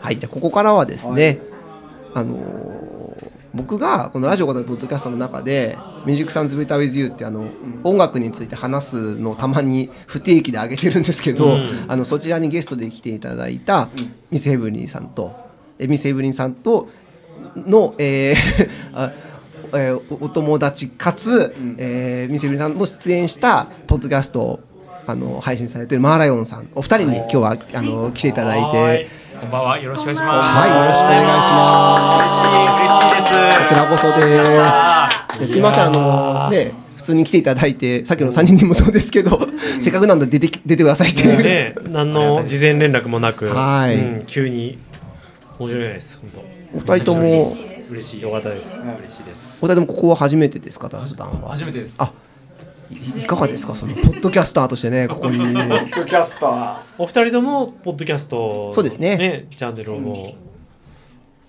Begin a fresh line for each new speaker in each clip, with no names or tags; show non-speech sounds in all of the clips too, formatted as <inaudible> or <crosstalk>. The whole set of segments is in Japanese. はいじゃあここからはですね、あのー僕がこのラジオ語るポッドキャストの中で「ミュージックサンズベター with you ってあの、音楽について話すのをたまに不定期で上げてるんですけど、あのそちらにゲストで来ていただいたミス・ヘブリンさんとえミス・ヘブリンさんとの、えー <laughs> あえーおお友達かつ、えーミス・ヘブリンさんも出演したポッドキャストをあの配信されてるマーライオンさんお二人に今日はあの来ていただいて。
はいこんばんは。よろしくお願いします。
はい、よろしくお願いします。こちらこそです。すいません、あの、ね、普通に来ていただいて、さっきの三人にもそうですけど、せっかくなんで出てき、出てくださいっていう。
ね、何の事前連絡もなく、
はい
うん急に面白いです。本
お二人とも、お
当嬉しい、よかったです。嬉しいです。
二人ともここは初めてですか、雑談は。
初めてです。
あいいかがですか、そのポッドキャスターとしてね、ここに。
ポッドキャスター
お二人ともポッドキャスト、
そうですね
チャンネルをも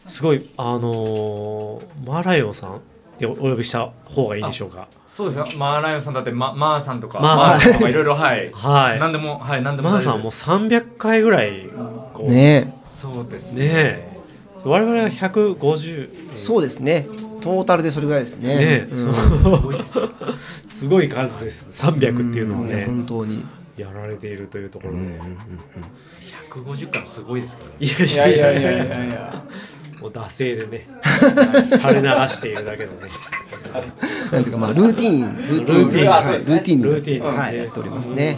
すごいあのーマーライオンさんでおお呼びした方がいいでしょうか。
そうですね。マーライオンさんだってママーさんとか、
マーさん
とかいろいろはい。
はい。
何でもはい何でも
マー
大
さ
丈
ん
夫で
もう
す。
300回ぐらいこうね
ね。
そうですね。
え我々は150
そうですね。トータルでそれぐらいですね。
ねえ
うん
<laughs> すごい数です300っていうのを
いや
ね
本当に。
やられているというところで、
150回もすごいですからね。
いやい
いや
やい
い
や
や
い
い
や
やいやいや
もう惰性でね <laughs> 垂れ流しているだけのね
なんていうか、まあ、ルーティーン、ルーティ
ルーテ
ー
ィ
ン、
ン
はい
そう
ル
ですね
ーティーンになって
ルーティン
はい、
ね
やっておりますね。はい。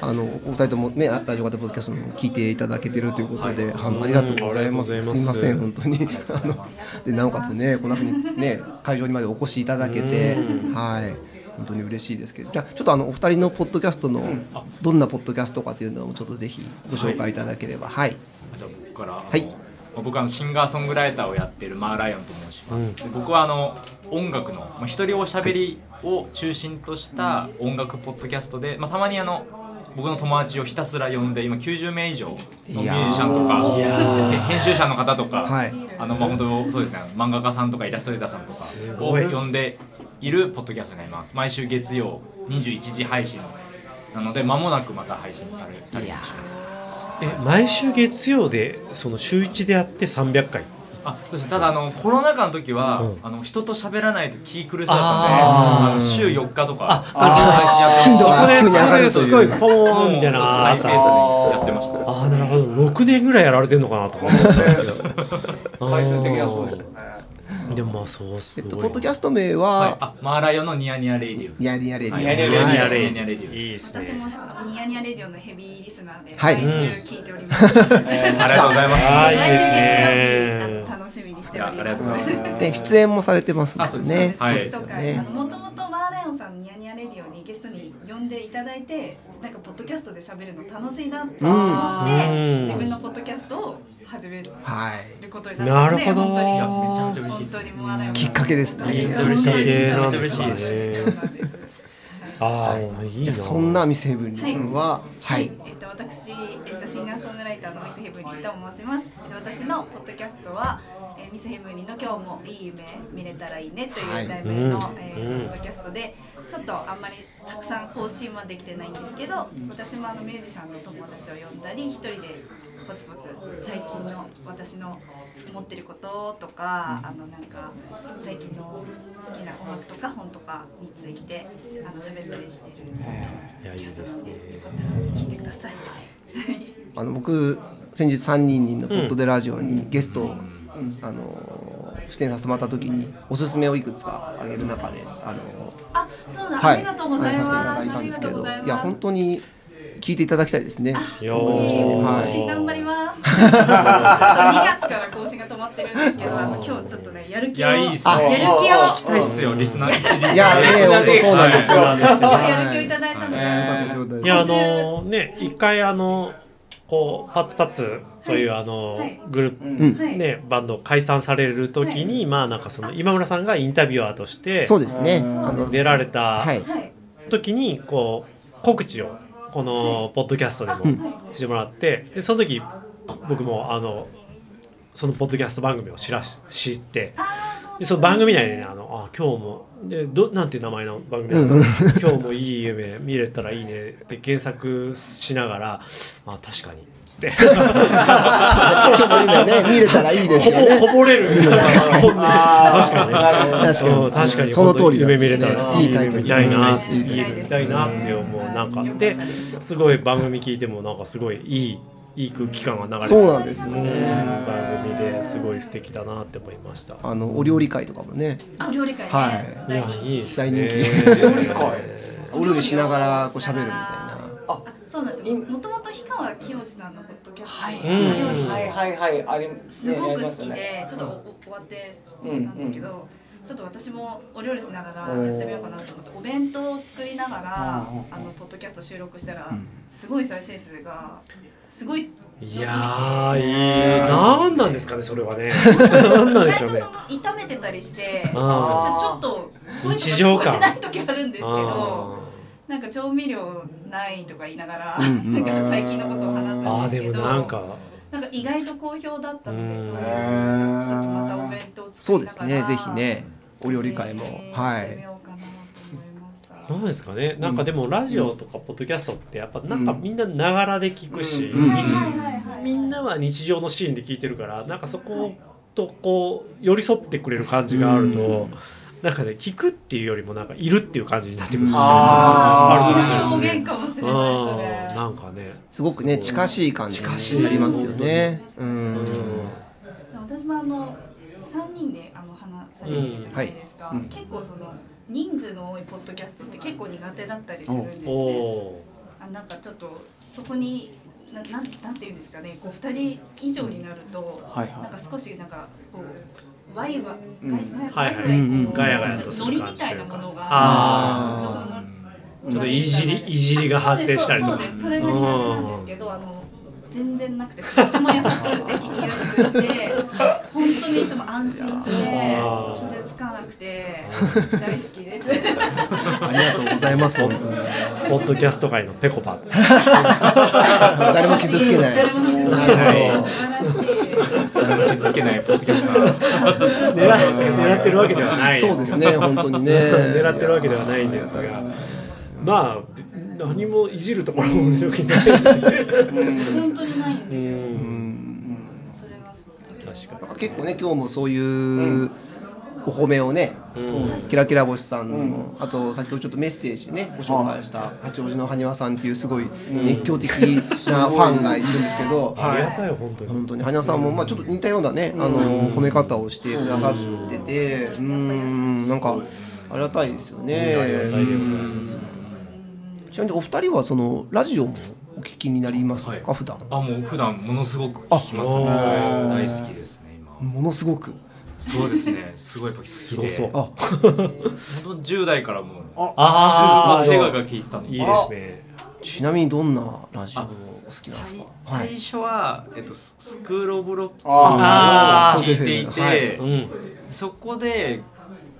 あの、お二人ともね、ララジオ型ポッドキャストも聞いていただけてるということで、はいありがとうございます。
うんあり
すみ
がとうござ
ま
います
せん、本当に。 <laughs> あの、で、なおかつね、こんなふうにね、会場にまでお越しいただけて、はい。本当に嬉しいですけど、じゃあちょっとあのお二人のポッドキャストのどんなポッドキャストかというのをちょっとぜひご紹介いただければ、はい、
あじゃあ僕から、
はい
あのまあ僕はあのシンガーソングライターをやっているマーライオンと申します、で僕はあの音楽の、まあ、一人おしゃべりを中心とした音楽ポッドキャストで、まあ、たまにあの僕の友達をひたすら呼んで今90名以上のミュージシャンとか
いやー
で編集者の方とか、
はい
あのまあ本当そうですね漫画家さんとかイラストレーターさんとかを
ごい
呼んでいるポッドキャストになります毎週月曜21時配信なので間もなくまた配信されたりもします
え毎週月曜でその週1でやって300回
あそうですただあのコロナ禍の時は、
うん
あの人と喋らないと気狂いそうだったんで
あ
あの週4日とか
ああ
配信やって
頻
まし
度
た
が急に上がると
す
い
ごいうポ。ーンみたいなのが
ハ
あ
イ
っ
ペ
た
ースにやってました
ああなるほど6年ぐらいやられてんのかなとか思ったんだけど
回数的にはそうですよね
でもまあそうす
えっ
ごい
と
な
ポッドキャスト名
はい
は
あマーライオンのニヤニヤレイディ
ニヤニヤレディ
ニヤニヤ
オ
レディ
は
ニ
い
ヤレイ
ニヤレディオです
いいっす
私
ね
もニヤニヤレディオのヘビーリスナーで
はい
毎週聞いております。
ありがとうございます
はい
毎週月曜
いいです
日
ね
あの楽しみにして
い
お
やあ
り
りがと
ま
うご
す。
ざいます
ね出演もされてますも
あそうんです
ね
ね。はい
そうですよね。
もともとマーライオンさんのニヤニヤレディオにゲストに呼んでいただいてなんかポッドキャストで喋るの楽しいなって思って、
うん
自分のポッドキャストを始める
はい。
ことになったので
なるほど
本当に
いや
めちゃめちゃ嬉しい
本
です
当にマーライオン
きっかけですね
めちゃめちゃ
嬉しいめ
嬉し
ちゃめちゃ
い
嬉しいです
そうなんです
ああ、い、い
じ
な
ゃあそんなミスヘブンさんは、は、
はいい、えっと私、えっとシンガーソングライターのミスヘブンリーと申します。えっと私のポッドキャストは、えーミスヘブンリーの今日もいい夢見れたらいいねと
はい
いう題名の、
うん
え
うん
ーポッドキャストで、ちょっとあんまりたくさん更新はできてないんですけど、私もあのミュージシャンの友達を呼んだり、一人でポツポツ最近の私の思ってることとか、あのなんか最近の好きな音楽とか本とかについてあの喋ったりしてる。
いやいいですね
聞いてください。
あの僕先日3人のポッドでラジオにゲストを、あのー出演させてもらった時におすすめをいくつか挙げる中で、あのー
あ、そうだ、
は
ありがとうござい
さ
ま
せていただ
す。
いたんですけど、
ありがとうご
い
ざ
や本
ます
当に聞いていただきたいですね。
いやー
は
<laughs> 更新頑張ります。2月から更新が止まってるんですけど、あの今日ちょっとね、やる
い
気を、
やいいっすね
やる
聞き
気を、
たいっすよリスナー一リスナー
いやね、本当そうなんですよ。そ
は
うなんですよ
やる気をいただいたので、
はいよかったですよかったです
いやあのね一回あのこうパツパツというあの
はい
グルー
うん
プ
はい
ねバンド解散される時にまあなんかその今村さんがインタビュアーとして
そうですね。
うん
あの
出られた
はい
はい、
時にこう告知をこのポッドキャストでもしてもらってでその時僕もあのそのポッドキャスト番組を知らし知って
あーそう
でその番組内でねあのあ今日もでどなんていう名前の番組なんで
<laughs>
すか、今日もいい夢見れたらいいねって検索しながらまあ確かにっつって
今ね見れたらいいですよね
こぼこぼれる本音
あー
確かにね
確か
うん
に
確かに
その通りだ
夢見れたら
ねいいタイトル
見たいな
うん
いい夢見たいなって思うなんかですごい番組聞いてもなんかすごいいいいい空気感が流れて
そうなんですよね
うん番組ですごい素敵だなって思いました
あのお料理会とかもね
お料理会ね、
はい
いやいいです
大人
ね
気
料理会
お料理しながらこう喋るみたいな
あそうなんですよもともと氷川きよしさんのポッドキャスト
はい
うん
はいはいはいあれ
すごく好きで、
ね
ちょっとおお終わってなんですけど、ちょっと私もお料理しながらやってみようかなと思ってお弁当を作りながらあ
うん
のポッドキャスト収録したら、すごい再生数がすごい
<laughs> いやーいいなんなんですかねそれ
<laughs>
はねなんなん
意
でしょう
外と
ね
その炒めてたりしてちょち
あ
ー
ょっと声とか
日常感
聞こえない時あるんですけ
あ
どなんか調味料ないとか言いながら、
うんうん
なんか最近のことを
ーあー
話すんです
で
けど
もなんか
なんか意外と好評だったの
う
で
ん
そうい
へ
うちょっとまたお
ー
弁当を
そう
作
で
りな
す
がら
ねぜひねお料理会も
えー
は
してみ
い
ようかなと思いました
なんですかねなんかでもラジオとかポッドキャストってやっぱなんかみんなながらで聞くし、
うん
日
はいはいはいはい
みんなは日常のシーンで聞いてるからなんかそことこう寄り添ってくれる感じがあると、
うん
なんかね聞くっていうよりもなんかいるっていう感じになってくる、
うん
あー
あるかもしれ
い
ないで
い表現かもし
す
れ
ね
ない
うんなんかね
すごくね近
し
しい感じ
近し
に
い
なりますよねうん
それ私もあの三人であの話されてるじゃないですか、
うんはい
結構その人数の多いポッドキャストって結構苦手だったりするんです
お
ね
お
あなんかちょっとそこにななんなんていうんですかねこう二人以上になると、
はいはい
なんか少しなんかこうワイワイ、
うん
はいはい
こう
ガヤガヤとす
ノ
る
リ
感
み
じと
たい
い
な
う
も
か
のが
あ
そこの
ちょっといじりいじりが発生したりと
そう
か
ですそうですそれが苦手なんですけど、あの全然なくてとっても優しくて聞きやすくて本当にいつも安心して傷つかなくて大好きです
ありがとうございます本当に <laughs>
ポッドキャスト界のペコパ
誰も傷つけない
誰も傷つけ
な
な
るほど
い素晴らしい
傷つけないポッドキャスター
<laughs> 狙って狙ってるわけではない
そうですね本当にね
<laughs> 狙ってるわけではないんですがまあ何もいじるところも正直ない
<laughs> 本当にないんです
う
よ
ん
それが素敵
確か
なんか結構ね今日もそういうお褒めをね
に
キラキラ星さんも、あと先ほどちょっとメッセージねご紹介した八王子の埴輪さんっていうすごい熱狂的なファンがいるんですけど、
ありが
<laughs> は
たいよ本当
い、
に
本当に埴輪さんも、まあ、ちょっと似たようなね、あの褒め方をしてくださっててうんなんかありがたいですよね。
大変でございます
ちなみにお二人はそのラジオもお聞きになりますか、普段
あもう普段ものすごく聞きますね
あ
大好きですね今
ものすごく
そうですねすごいやっぱ好き
ごそう
で
あ
本当10代からもう
あ
手がが聞いてたの
いいですね
ちなみにどんなラジオを好きなんですかは
最
い
初は、えっと、ススクール・オブ・ロックを
あ
あー
聞いてい
は
て
い
うん
そこで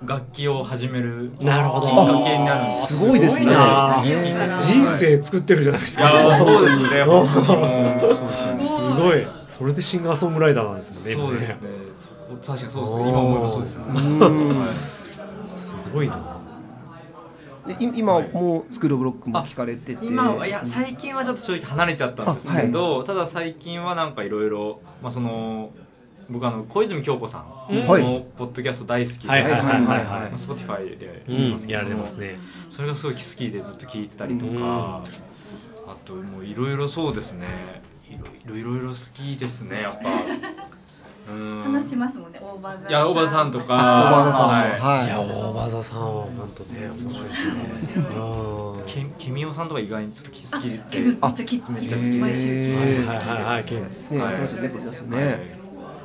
楽器を始めるきっ
なるほど
かけになるんです
すごいですね
すごいな
ね
人生作ってるじゃないです
いやー
か
そうですね本当にもう
<laughs> すごいそれでシンガーソングライターなんですもんね
そう
今
で
ね
すねそこ確かにそうですね今思えばそうですね
うん
すごいな
でい今もうスクールオブロックも聞かれてて
今はいや最近はちょっと正直離れちゃったんですけど、ただ最近はなんかいろいろまあその僕あの小泉京子さんの
はい
ポッドキャスト大好きで、
はいはいはいはいはい
はい
Spotify で
う
やりま
ん
すけど
やられますね
それがすごい好きでずっと聞いてたりとか、
うん
あともういろいろそうですねいろいろいろいろ好きですねやっぱうん
話しますもんねオーバーザ
いや大場さんとか
小
大
原さんも
い
はい
いや大場座さんは本当ね面白いですねうん
けケミオさんとか意外にちょっと好きで
めっちゃき
めっ
き
ちゃ好
き
毎週
へ
聞い
ー
て
はいはいはいケン
ね
はい
新しい猫ですね、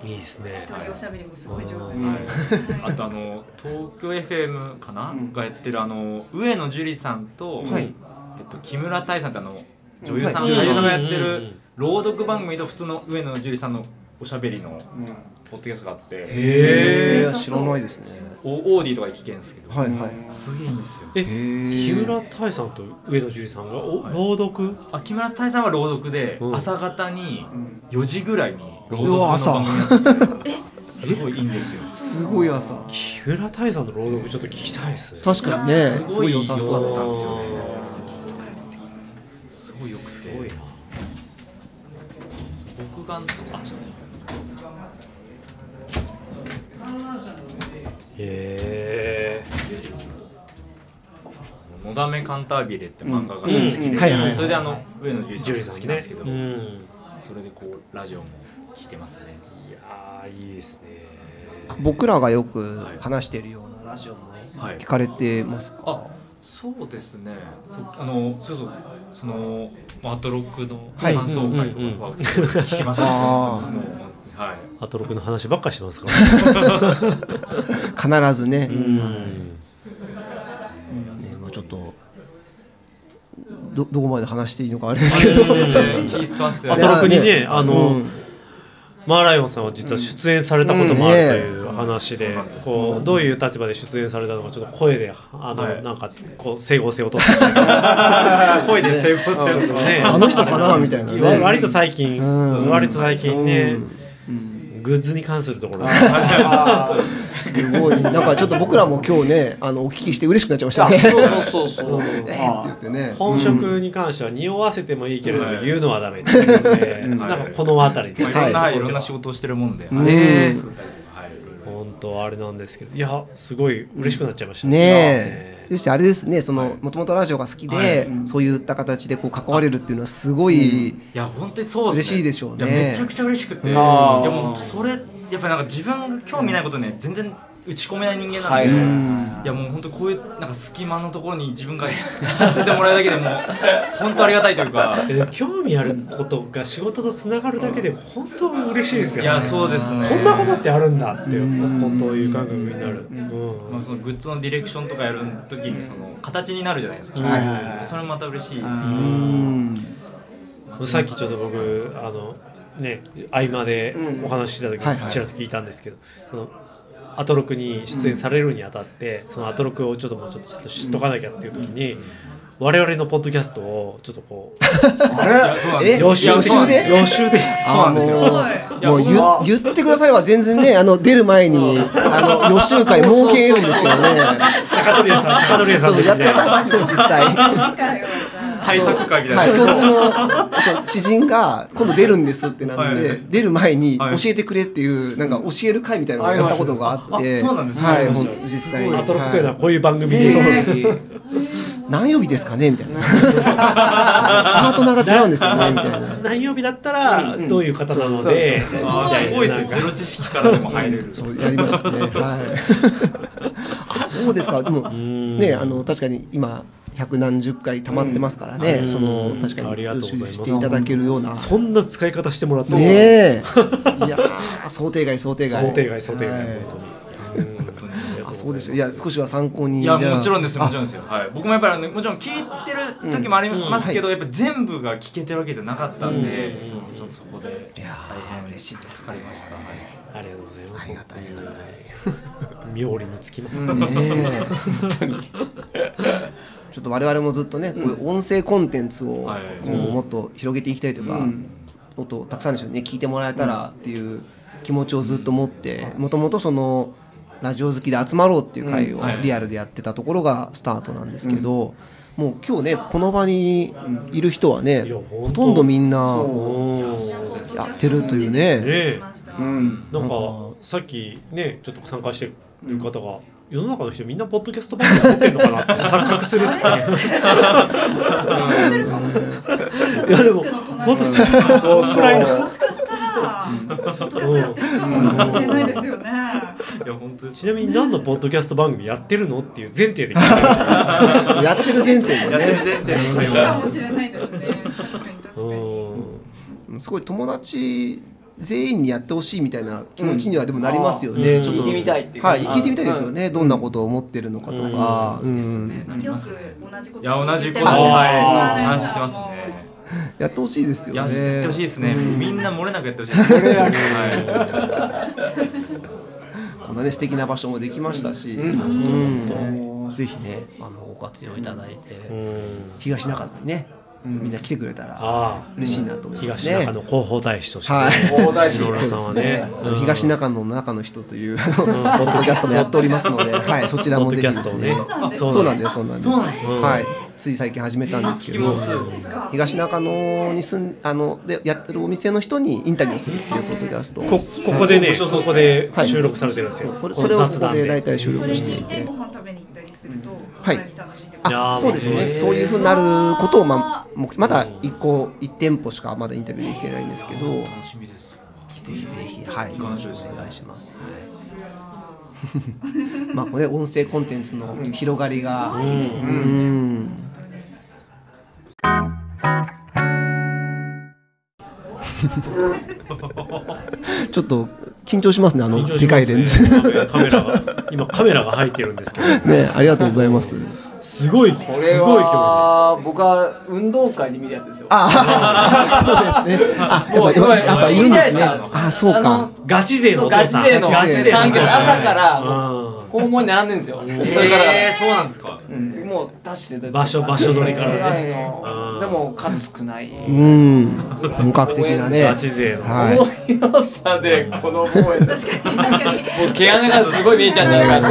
いいですね
一人おしゃべりもすごい上手で、
はい
は
あ
い
とあの東京 FM かな、
うん
がやってるあの上野樹里さんと、
はい
えっと、木村太さんってあの女優さん、
はい
俳優さんがやって
うんうんう
る
ん
朗読番組と普通の上野樹里さんのおしゃべりのポッドキャストがあって
へ
へ
え
ー
知らないですね
おオーディとかで聞けるんですけど、
はいはい
すげえいいんですよ
え
へ
木
え
村太さんと上野樹里さんがお朗読
あ木村太さんは朗読で、
うん
朝方に
ん
4時ぐらいに朗読
うわ
の
朝
<laughs> 番組やっててすごいいいんですよ
すごい朝
木村太さんの朗読ちょっと聞きたいですね
確かにね
すごい良さそうだったんですよねすごい良
す
く
ごい
て
な
僕があちょっと
へえ
「のだめカンタービレ」って漫画が好き
うんう
で
んはいはいはい
それであの上野樹
樹
里さ
里
ん
さ
好
ん
きなん
ね
ですけど
うん
それでこうラジオも聞いてますね
いやーいいですね
僕らがよく話してるようなラジオも
はい
聞かれてますか、
あそうですねあのそうそうそのアトロックの
はい
感想会とかは聞きましたね
あー
もうはい
アトロクの話ばっかりしてますから
必ずね、
うん
はいねまあ、ちょっとどどこまで話していいのかあれですけど、
う
で
ん
気使わなくて
アトロクにねあの
うん
マーライオンさんは実は出演されたこともあるという話
うん
で
ねえ
こうどういう立場で出演されたのかちょっと声であの、
はい
なんかこう整合性を取って声で整合性を
<laughs>
取ってね
あの人かなみたいなね
割と最近、
うん
割と最近ね、
うん
グッズに関するところ
あー
すごいなんかちょっと僕らも今日ねあのお聞きして嬉しくなっちゃいましたね。
そうそうそうそう。
えーって言ってね。
本職に関しては匂わせてもいいけれども
はい
言うのはダメっていうので、
うん
<laughs> なんかこの辺りで、
まあいろんな、、
はい
ろんな仕事をしてるもんで、
うん
ね
うん
そうだったりとかはいいろいろ
本当あれなんですけどいやすごい嬉しくなっちゃいました
ねえ。
ね
ですしあれですねそのもともとラジオが好きで、そういった形でこう関われるっていうのはすごい、
いや本当にそうです、ね、
嬉しいでしょうね
いやめちゃくちゃ嬉しくて、
うん
いやもうそれやっぱりなんか自分が興味ないことね、全然打ち込めない人間なんで、
はい
ん
いやもう本当こういうなんか隙間のところに自分がさせてもらうだけでもう本当ありがたいというか
えでも興味あることが仕事とつながるだけでも本当に嬉しいです
い
よね
やそうですね
こんなことってあるんだって本当いう感覚になる、うん
まあそのグッズのディレクションとかやるときにその形になるじゃないですか、
はい
それもまた嬉しいで
う
す、
ん
さっきちょっと僕あのね合間でお話ししてた時
はいはい
にちらっと聞いたんですけど、そのアトロクに出演されるにあたって、そのアトロクをちょっともうちょっとちょっと知っとかなきゃっていう時に、我々のポッドキャストをちょっとこう
いやそうなんで
え
すよ
予習
いやそうなんですよ
予習で
そうなんですよ
あもうもう
いや
言言ってくだされば全然ねあの出る前にあの予習会設けるんですけどね。
高取
<laughs>
さん高取
そ
さ
うんそう
的
やって
ね
やったことあるんですよ実際。
次回はじゃあ
対策会みた
はいい、
な、
共通のそう知人が今度出るんですってなって、
はい
出る前に教
はい
えてくれっていうなんか教える会みたいなのをやったことがあっ
あり
て
ますあそうなんですね
はい、
あり
ほ
ま
ん
した
実際に、
アトロクというのはこういう番組で、
はい何曜日ですかねみたいなパートナーが違うんですよねみたいな
何曜日だったらどういう方なのでみ
あー
た
すごいです
なん
ね
か
ゼロ知識からでも入れる、
そうやりましたね
<laughs>
はいあそうですかでも
ん
ねあの確かに今百何十回溜まってますからね、
うん
その確
あ
かに
りがとう
予
ございます
習していただけるような
そんな使い方してもらっても
ねえいやー想定外想定外
想定外想定外、
はい
本当にうん
あそうですよいや少しは参考に
いや
じゃあ
もちろんですよ
あ
もちろんですよ、はい、僕もやっぱり、ね、もちろん聞いてる時もありますけど、やっぱ全部が聞けてるわけじゃなかったんで、
うん
そうちょっとそこで
いやー嬉しいです
助かりました、はい
ありがとうございま
あ
す
りがたいありがた
妙利につきます、
いねえちょっと我々もずっとねこういう音声コンテンツを
はい
今後もっと広げていきたいというかもっとたくさんの人にね聞いてもらえたらっていう気持ちをずっと持ってもともとそのラジオ好きで集まろうっていう会を
うんはい
リアルでやってたところがスタートなんですけどもう今日ねこの場にいる人はね
いや
ほとんどみんな
おー
やってるというね。
ね
うん。
なんか
なん
さっきねちょっと参加してる方が、世の中の人みんなポッドキャスト番組持ってるのか
<laughs>
なって錯覚するっていういやでも本当そう
そうそう。
もしかしたら、ポッドキャストやってるかもしれないですよね。
いや本当です
ちなみに何のポッドキャスト番組やってるのっていう前提で聞いてる
やってる前提で
やってる
ね
前提の会
か
話
もしれないですね。確かに確か
う
に。
ん
すごい友達全員にやってほしいみたいな気持ちにはでもなりますよね、
うん
ちょっと
聞いてみたいっていう
はい聞いてみたいですよね、どんなことを思ってるのかとか、うん
よく同じこと
いや同じこと
あー
はい話してますね
やってほしいです
い
よ
や知っ
ね
てほしいですね、みんな漏れなくやってほしいです漏れなく、は
こんなね素敵な場所もできましたし、うんぜひねあのご活用いただいて、
うん
東中野にねみんな来てくれたら
ああ
嬉しいなと思います
東
ね。
中の広報大使として、
はい
大大
いろいろ
事。
さん
そ
は
うです
ね
ね。
うん
東中野の中の人という、あのポッドキャストもやっておりますので、はい、そちら
ポ
も
ッド
ぜひで
キャスト
す
を
ね
ね。。
あ
そうなん
す。
です、そうなんです。
そうなんです
うん
はい、つい最近始めたんですけど
あ聞きます、
ですか。
東中野に住ん、あの、で、やってるお店の人にインタビューするっていうポッドキャスト。
こここでね、ここで
はい
収録されてるんですよ。
これ
こ
そ
の
れをこ
雑
こ
談
で大
で。
体収
それ
録して
聞
い
いて
て
ご。飯食べに行ったりすると、
は
はいい、楽しんでくれ
あ
ま
あ
ー
そうです
へ
ね、
ー
そういうふうになることを、まあ、もうまだ一個、一店舗しかまだインタビューできてないんですけど、
楽しみです
ぜひぜひ、はい、
いかがでしょう
お願いします。はい、まあ、これ、音声コンテンツの広がりが、うん、ちょっと緊張しますね、あの、
緊張
で
しま
かい
すね
レンズ。
カメラが、今カメラが入ってるんですけど、
ね、ありがとうございます。
すごい、すごい
これ
距離。
は僕は運動会で見るやつですよ。
あ、そうですね。あ、やっぱ
すごい
やっぱいるんですね。
いいじゃないですか
あ、そうか。
ガチ勢のお父さん。
ガチ勢の
ガチ勢のお父
ガチ勢
さん
の
朝から
うん
肛門に並んでるんですよ。
え
それから
ー、そうなんですか
うんもう出してて
場所場所取りからね
いの
うん
でも数少ない。
うん。本格的なね
ガ。チ勢の。
はい
この広さでこの公園だ
す。確かに確かに。
もう毛穴がすごい見えちゃうんじゃないか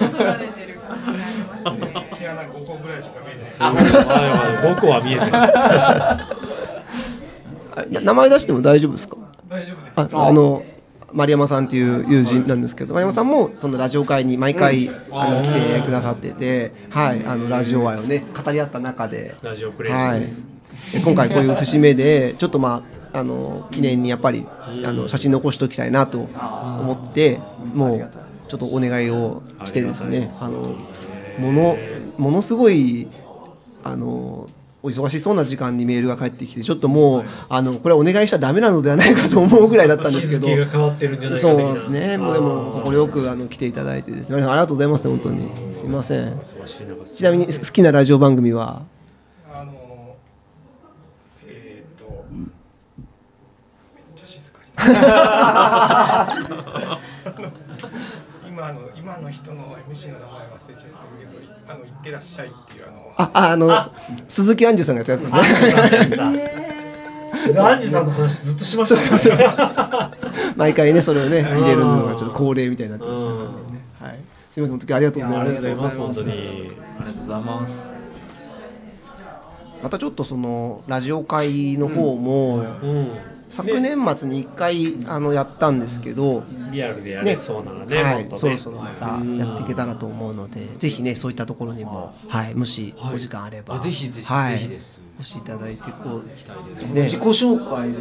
って。
やられて取られてる感じがありますね。
すごい。5個は見えてる。
あな名前出しても大丈夫ですかああの丸山さんっていう友人なんですけど丸山さんもそのラジオ会に毎回、あの来てくださってて、はい、あのラジオ愛をね語り合った中で、
ラジオクレイジー
はい
です。、
で今回こういう節目でちょっとまああの記念にやっぱりあの写真残しておきたいなと思ってもうちょっとお願いをしてですねあのものものすごいあのお忙しそうな時間にメールが返ってきてちょっともうあのこれはお願いしたらダメなのではないかと思うぐらいだったんですけ
日
ど
付が変わってるんじゃないか
そ
的な
うですねもうでも
あー
快くあの来ていただいてですね皆さんありがとうございますね本当にすいません
忙しい中
ちなみに好きなラジオ番組は
あのえー、っとめっちゃ静かにあの今の今の人の MC の名前忘れちゃったけどいあの行ってらっしゃいっていうあの
あ、ああの、鈴木杏樹さんがやったやつですね。
アンジさんの話ずっとしましたね。
毎回ね、それをね、入れるのがちょっと恒例みたいになってましたね。
うん
はい。すみません、本当にありがとうござ
あ
いま
りが
す
とう。ございます本当に。
ありがとうございます
またちょっとそのラジオ会の方も、
う
昨年末に一回あのやったんですけど、
ん。リアルでやれそうならね。
は
もっ
い、
とね
そろそろまたやっていけたらと思うので、ぜひね、そういったところにも、はい、もしお時間あれば、
あぜひぜひ
はい
ぜひです
お越しいただいてこう、
期待で
ね
自己紹介で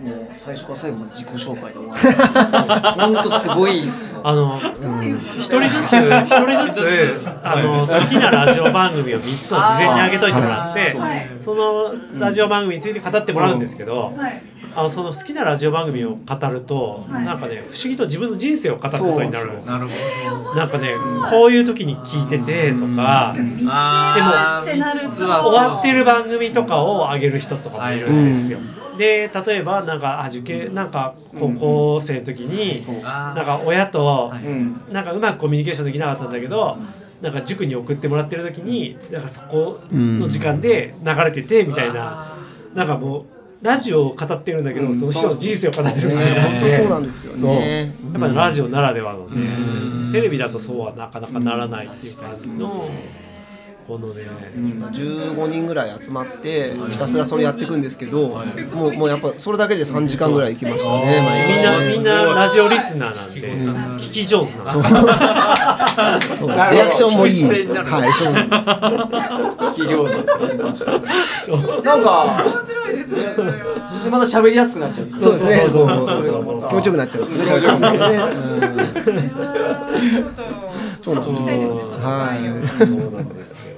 もう最初から最後まで自己紹介で終わる。本当すごいっすよ。
あの、一人ずつ、一人ずつ、あの、好きなラジオ番組を3つを事前にあげといてもらって
はい、
そのラジオ番組について語ってもらうんですけど、
はい。
あのその好きなラジオ番組を語ると、
はい
なんかね不思議と自分の人生を語ることになるんです
な
よ
るほど
なんかねこういう時に聞いててとか
確かに三つ
あー
ってなると
三つはそう
終わってる番組とかを上げる人とかもいるんですよ。で例えばなんかあ受験なんか高校生の時に、
そう
あ
なんか親と
はい
うん。
なんかうまくコミュニケーションできなかったんだけど、なんか塾に送ってもらってる時になんかそこの時間で流れててみたいな、なんかもうラジオを語ってるんだけど、
うん
その人の人生を語ってるみたいな、
ね、本当そうなんですよ
そうや
ね。
っぱりラジオならではのね、テレビだとそうはなかなかならないっていう感じの、このね、
15人ぐらい集まってひたすらそれやっていくんですけど、もうもうやっぱそれだけで3時間ぐらい行きましたね毎
みんなみ
回
んなラジオリスナーなんで、聞き上手なんですよ
そう
なるほど
リアクションもいい
聞き捨てになる
はいそう
企業ですね。
そう
なんか
面白いですね。それは
でまた喋りやすくなっちゃう。
そうですね
そう
そう
そうそ
そ
うそうう
気持ちよくなっちゃうんです
気
ね
持ちよくなっちゃ
うん
それはち
そ
ょっと
うなん
聞
で
き
す
たいです
よ
ね。その内容
はい
なんですよ。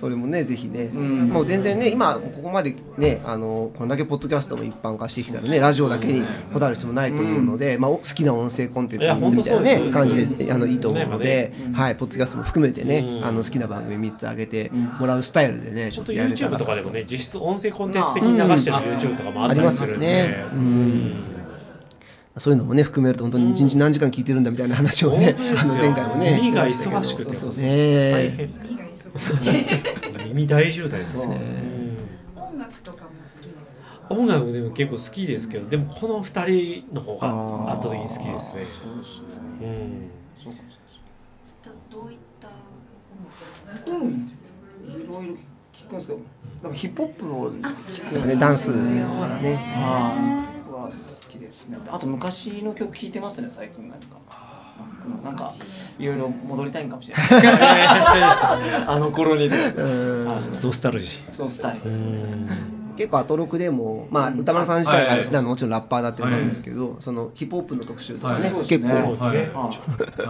それもねぜひね、
ん
もう全然ね今ここまでねあのこんだけポッドキャストも一般化してきたらねラジオだけにこだわる必要もないと思うので、まあ、お好きな音声コンテンツ3つみたいないね
や本当そう
感
です
じであのいいと思うので、はい、ポッドキャストも含めてね、
うん
あの好きな番組3つ上げてもらうスタイルでね
ち
ち
ょ
ょ
っ
っと
と
やれた
YouTube
ら
とかでもね実質音声コンテンツ的に流してる YouTube とかもあ
あ
っ
り
たり
ますす
る
よ
ん
ね
で、。
うんそういうのもね含めると本当に1日何時間聞いてるんだみたいな話をね、
本当で
あ
す
の
よ
前回もね
耳が
してましたけど
忙し
そうそ
くて
うそう
大
ね
変
が耳が忙しい。
耳意味大渋滞ですね。
音楽とかも好きですか
うん音楽でも結構好きですけど、でもこの二人の方が圧倒的に好きですね。うん。
そうですね。そうかもしれないです。
どどういった音楽
僕もいろいろ聞くんですけど、なんかヒップホップを聞くやつ
ねダンスね
は好きですね。あと昔の曲聴いてますね最近なんか。うんなんかいろいろ戻りたいんかもしれない。あの頃に
うん
ノスタルジー。
そのスタイルですね。
結構アトロクでも、まあ、
うん
歌丸さん自体
はい
が
はい
普段のもちろんラッパーだってなんですけど、そのヒップホップの特集とかね、
はい
そうです
結
ね
構
そうですね。
あ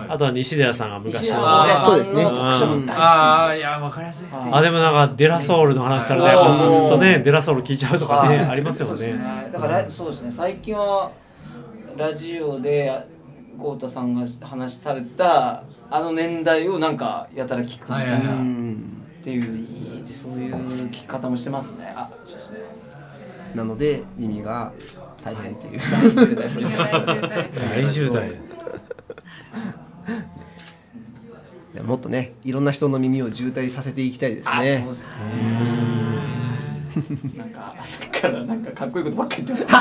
あとは西寺さんが昔
西
の
田
あー
さんの特集も
あ
大好
あいや分かりやすいですね
あでもなんかデラソウルの話されたら
はい
やっぱずっとねデラソウル聞いちゃう
きです。
とかね
はい
ありますよ
そうです
ね。
だからそうですね最近はラジオで豪太さんが話されたあの年代をなんかやたら聞くみたい
はいはい
な
は
う
い
ん
っていういいそういう聞き方もしてますね。あそうですね。
なので耳が大変っていう。
大丈夫大丈夫です。
大渋滞
大渋滞。
いやもっとねいろんな人の耳を渋滞させていきたいです
あ、そう
ね
ですね。 <laughs> なんか朝からなんかかっこいいことばっかり
<laughs>
言ってま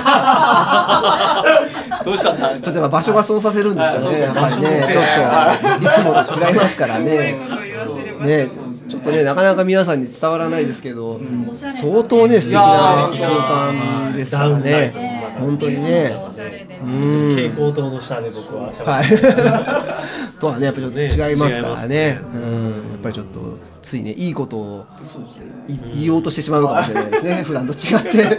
す。どうしたんだ。
例えば場所がそうさせるんですかね
あ
やっぱりね
そう
ちょっといつもと違いますからね
こういうことを言わせれ
ね
そ
ば
うですね
ちょっとねなかなか皆さんに伝わらないですけど
おしゃれな
相当ね素敵な空
いやー
間ですからね
ね
本当にね
おしゃれで
うん
蛍光灯の下で僕は喋って
はい <laughs> とはねやっぱちょっと違いますから
ね違い
ねうんやっぱりちょっとついねいいことを
そうですね。
い言おうとしてしまうかもしれないですね普段と違 <laughs> ってはい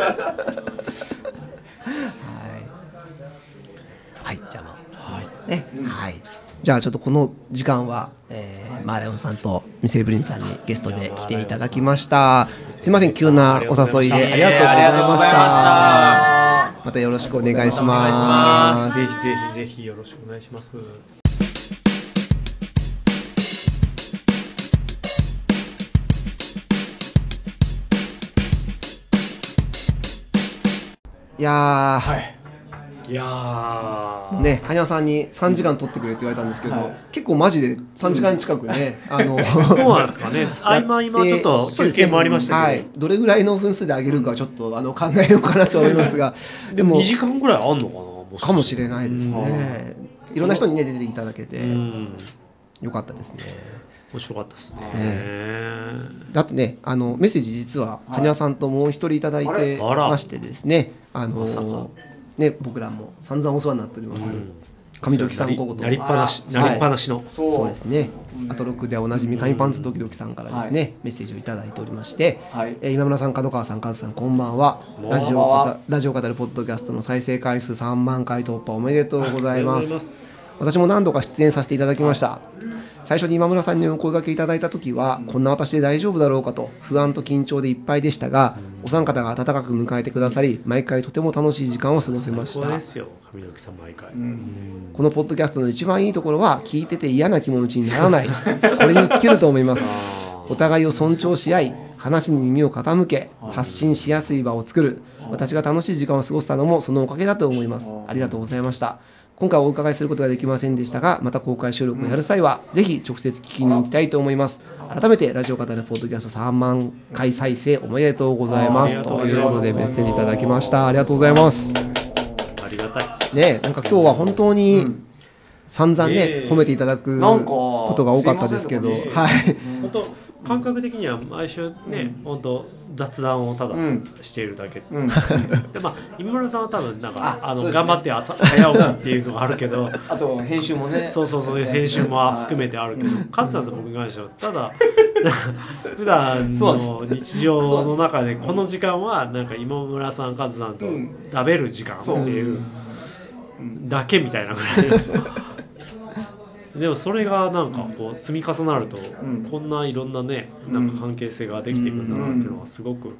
はいじゃあまあはいねはいじゃあちょっとこの時間は、えーマーライオンさんとミセイブリンさんにゲストで来ていただきましたすいません急なお誘いでありがとうございましたまたよろしくお願いします
ぜひぜひぜひよろしくお願いします。
いやー、
いやー
ね、羽生さんに3時間取ってくれって言われたんですけど、結構マジで3時間近くね、あの
どうな
<laughs>
んですかね。あ今今ちょっと
そうで
休
すね
憩もありましたけど
はい、どれぐらいの分数で上げるかちょっとあの考えようかなと思いますがでも
2時間ぐらいあんのかなもし
かも
かし
しれないですねいろんな人にね出ていただけて
てうん
よかったですね
面白かったですね。
あとねあのメッセージ実は羽生さんともう一人いただいて
あら
ましてですねあ
まさか
のね僕らも散々お世話になっております上時さんここと
なりっぱなし
あら
なりっぱなしの。
そう
そうですね。アトロックではおなじみ紙パンツドキドキさんからですね、
は
メッセージをいただいておりまして、
はい
えー今村さん、角川さん、カズさん、こんばんは。
こんば
ラ
んは
ジオを語ラジオ語るポッドキャストの再生回数3万回突破おめでとうございま。
ありがとうございます
私も何度か出演させていただきました。最初に今村さんにお声掛けいただいた時は、こんな私で大丈夫だろうかと不安と緊張でいっぱいでしたが、お三方が温かく迎えてくださり毎回とても楽しい時間を過ごせまし
最
た
高ですよ上野木さん毎回。
このポッドキャストの一番いいところは聞いてて嫌な気持ちになら
<laughs>
ないこれに尽きると思いますお互いを尊重し合い話に耳を傾け発信しやすい場を作る私が楽しい時間を過ごせたのもそのおかげだと思いますありがとうございました今回はお伺いすることができませんでしたがまた公開収録をやる際は、ぜひ直接聞きに行きたいと思います改めてラジオ語るポッドキャスト3万回再生おめでとうございます
あー
と
あり
い
が
う
とう
こ
ご
と
ざ
で
います
メッセージいただきましたありがとうございます
ありがたい。
ねなんか今日は本当に散々ね、
ええ
褒めていただく
なんか
ことが多かったですけど、
すい
は
ま
い、
本当感覚的には毎週ね、本当雑談をただ
うん
しているだけ、
うん。
でまあ今村さんは多分なんかあ
あ
の、
そうですね
頑張って朝早起きっていうのがあるけど
あと編集もね。
そうそうそう編集も含めてあるけど、カズさんと僕に関してはただ普段
そ
の日常の中でこの時間はなんか今村さんカズさんと
うん
食べる時間っていうだけみたいなぐらいでもそれがなんかこう積み重なると
ん
こんないろんなねなんか関係性ができていくんだなっていうのはすごく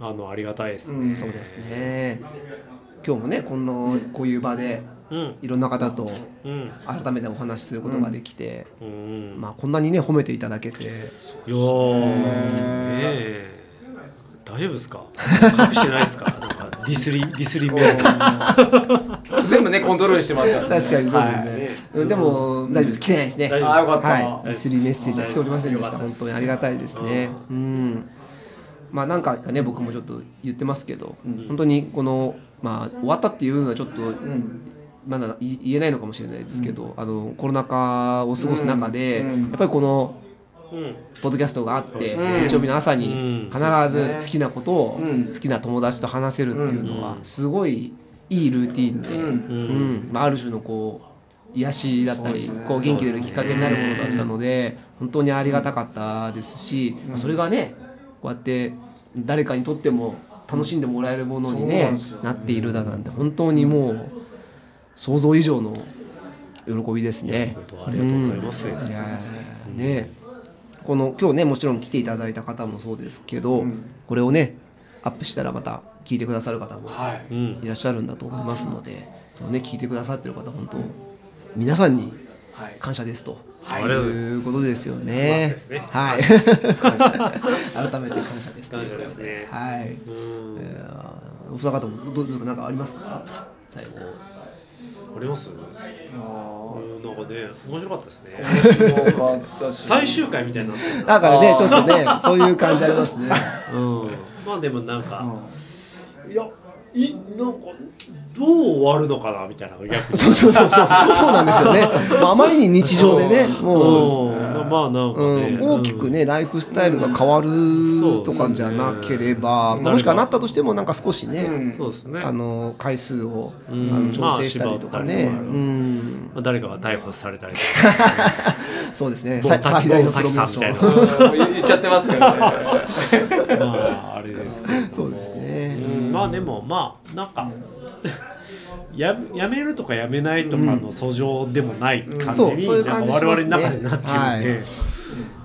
あのありがたいです
う
ね
<laughs>
ん。
そうですね。今日もね、こんなこういう場で
うん
いろんな方と
うん
改めてお話しすることができて、
うん
まあこんなにね褒めていただけて、
いやーねえ大丈夫ですか隠してないですかなんかィスリ、ディスリメ
<laughs> 全部ねコントロールしてもらってます
確かにそうですね、うんでも大丈夫です来てないですね
大丈夫
ああよかった、
はい、ディスリーメッセージは来ておりませんでした、
よかったで
本
す
当にありがたいですね。うんまあ、なんかね、僕もちょっと言ってますけど、本当にこの、まあ、終わったっていうのはちょっと、まだい言えないのかもしれないですけど、あのコロナ禍を過ごす中で、
うん
やっぱりこの
うん。
ポッドキャストがあって、
ね
日曜日の朝
うん
に必ず好きなことを
うん
好きな友達と話せるっていうのは
うん
すごいいいルーティンで、
うん
うんまあ、ある種のこう癒しだったり、
そうですね
こう元気出るきっかけになるものだったので本当にありがたかったですし、まあそれがねこうやって誰かにとっても楽しんでもらえるものに、
そうな
ね
んですよ
なっているだなんて本当にもう想像以上の喜びですね。
本当ありがとうございます。
いやーねこの今日ねもちろん来ていただいた方もそうですけど、これをねアップしたらまた聞いてくださる方も
はい
うん。
いらっしゃるんだと思いますので、そのね聞いてくださってる方本当皆さんに
はい
感謝ですと。
あ
い
りがとうございます。
うことですよね
そうですね。
はい。 <laughs> 改めて感謝ですということ。
感謝ですね
はい。
うん。
えーお二方もどうですか、なんかありますか。最後。
あります。うんなんかね、面白かったですね。
よかったし
最終回みたいになってるな。
だからね、ちょっとね、 <laughs> そういう感じありますね。
うん。まあでもなんか、いや、いなんかどう終わるのかなみたいな逆に。
そうそうそうそうそうなんですよね。まあ、あまりに日常でね、もう。
うんまあなんか
う
ね
ん、大きくね、ライフスタイルが変わるとかじゃなければ、
うん
もしくはなったとしてもなんか少しね、
うん
そうですね。
あの回数を、
うん
あの調整したりとかね、
まあ縛ったりとか
うん、
まあ誰かが逮捕されたりとか。
そうですね、
ボンタキボンタキさんみたいな。
言っちゃってますけどね
まああれですけれども
そうですね
うんまあでもまあなんか <laughs> ややめるとかやめないとかの訴状でもない感じ
うんそうそうい
に
う
なん
感
か
じ
我々の
しますね
中でなってるので。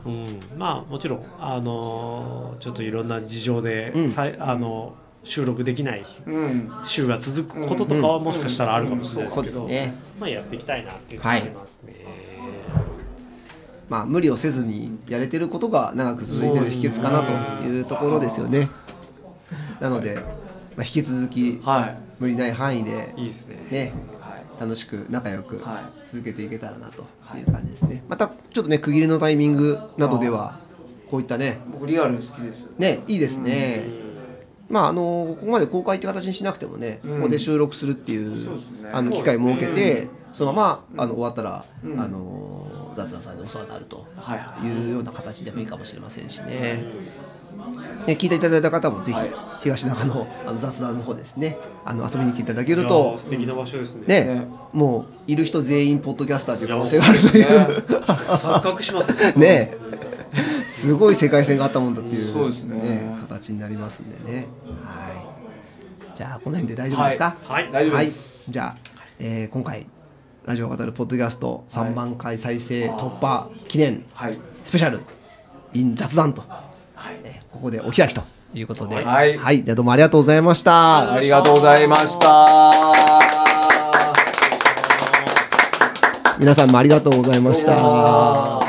うん、まあもちろん、あのーちょっといろんな事情で、
うん
さいあの収録できない
うん
週が続くこととかはもしかしたらあるかもしれないですけど、
うんうんそうですね
まあ、やっていきたいなっていうのはありますね。
まあ無理をせずにやれてることが長く続いてる秘訣かなというところですよね。なので、まあ、引き続き
は
無理ない範囲で
い、いですね
ね、
いはい
楽しく仲良く
は
続けていけたらなという感じですね。またちょっとね区切りのタイミングなどではこういったね
僕リアル好きです
ねいいですね。まああのここまで公開って形にしなくてもね、
うん
ここで収録するっていう
そうですね
あの
そ
機
うです
会
ね
設けてそのままあの終わったら、
うん
あの雑談さんにお世話になると
はいはい
いうような形でもいいかもしれませんしね。ね、聞いていただいた方もぜひ東中のあの雑談の方ですねあの遊びに来ていただける
いや
と
ー素敵な場所ですね。
ね
ね
もういる人全員ポッドキャスターという可能性があるとい
ね
う <laughs>
錯覚しますね。
ねすごい世界線があったもんだっていう,、
そうですね
形になりますんでねはいじゃあこの辺で大丈夫ですか
はい
大丈夫
は
で
い
す
じゃあ、えー今回ラジオを語るポッドキャスト3万回再生突破記念
はい
スペシャル in 雑談と、
はい
えーここでお開きということでは
はい
はい、じゃあどうもありがとうございました
ありがとうございました
皆さんもありがとうございました。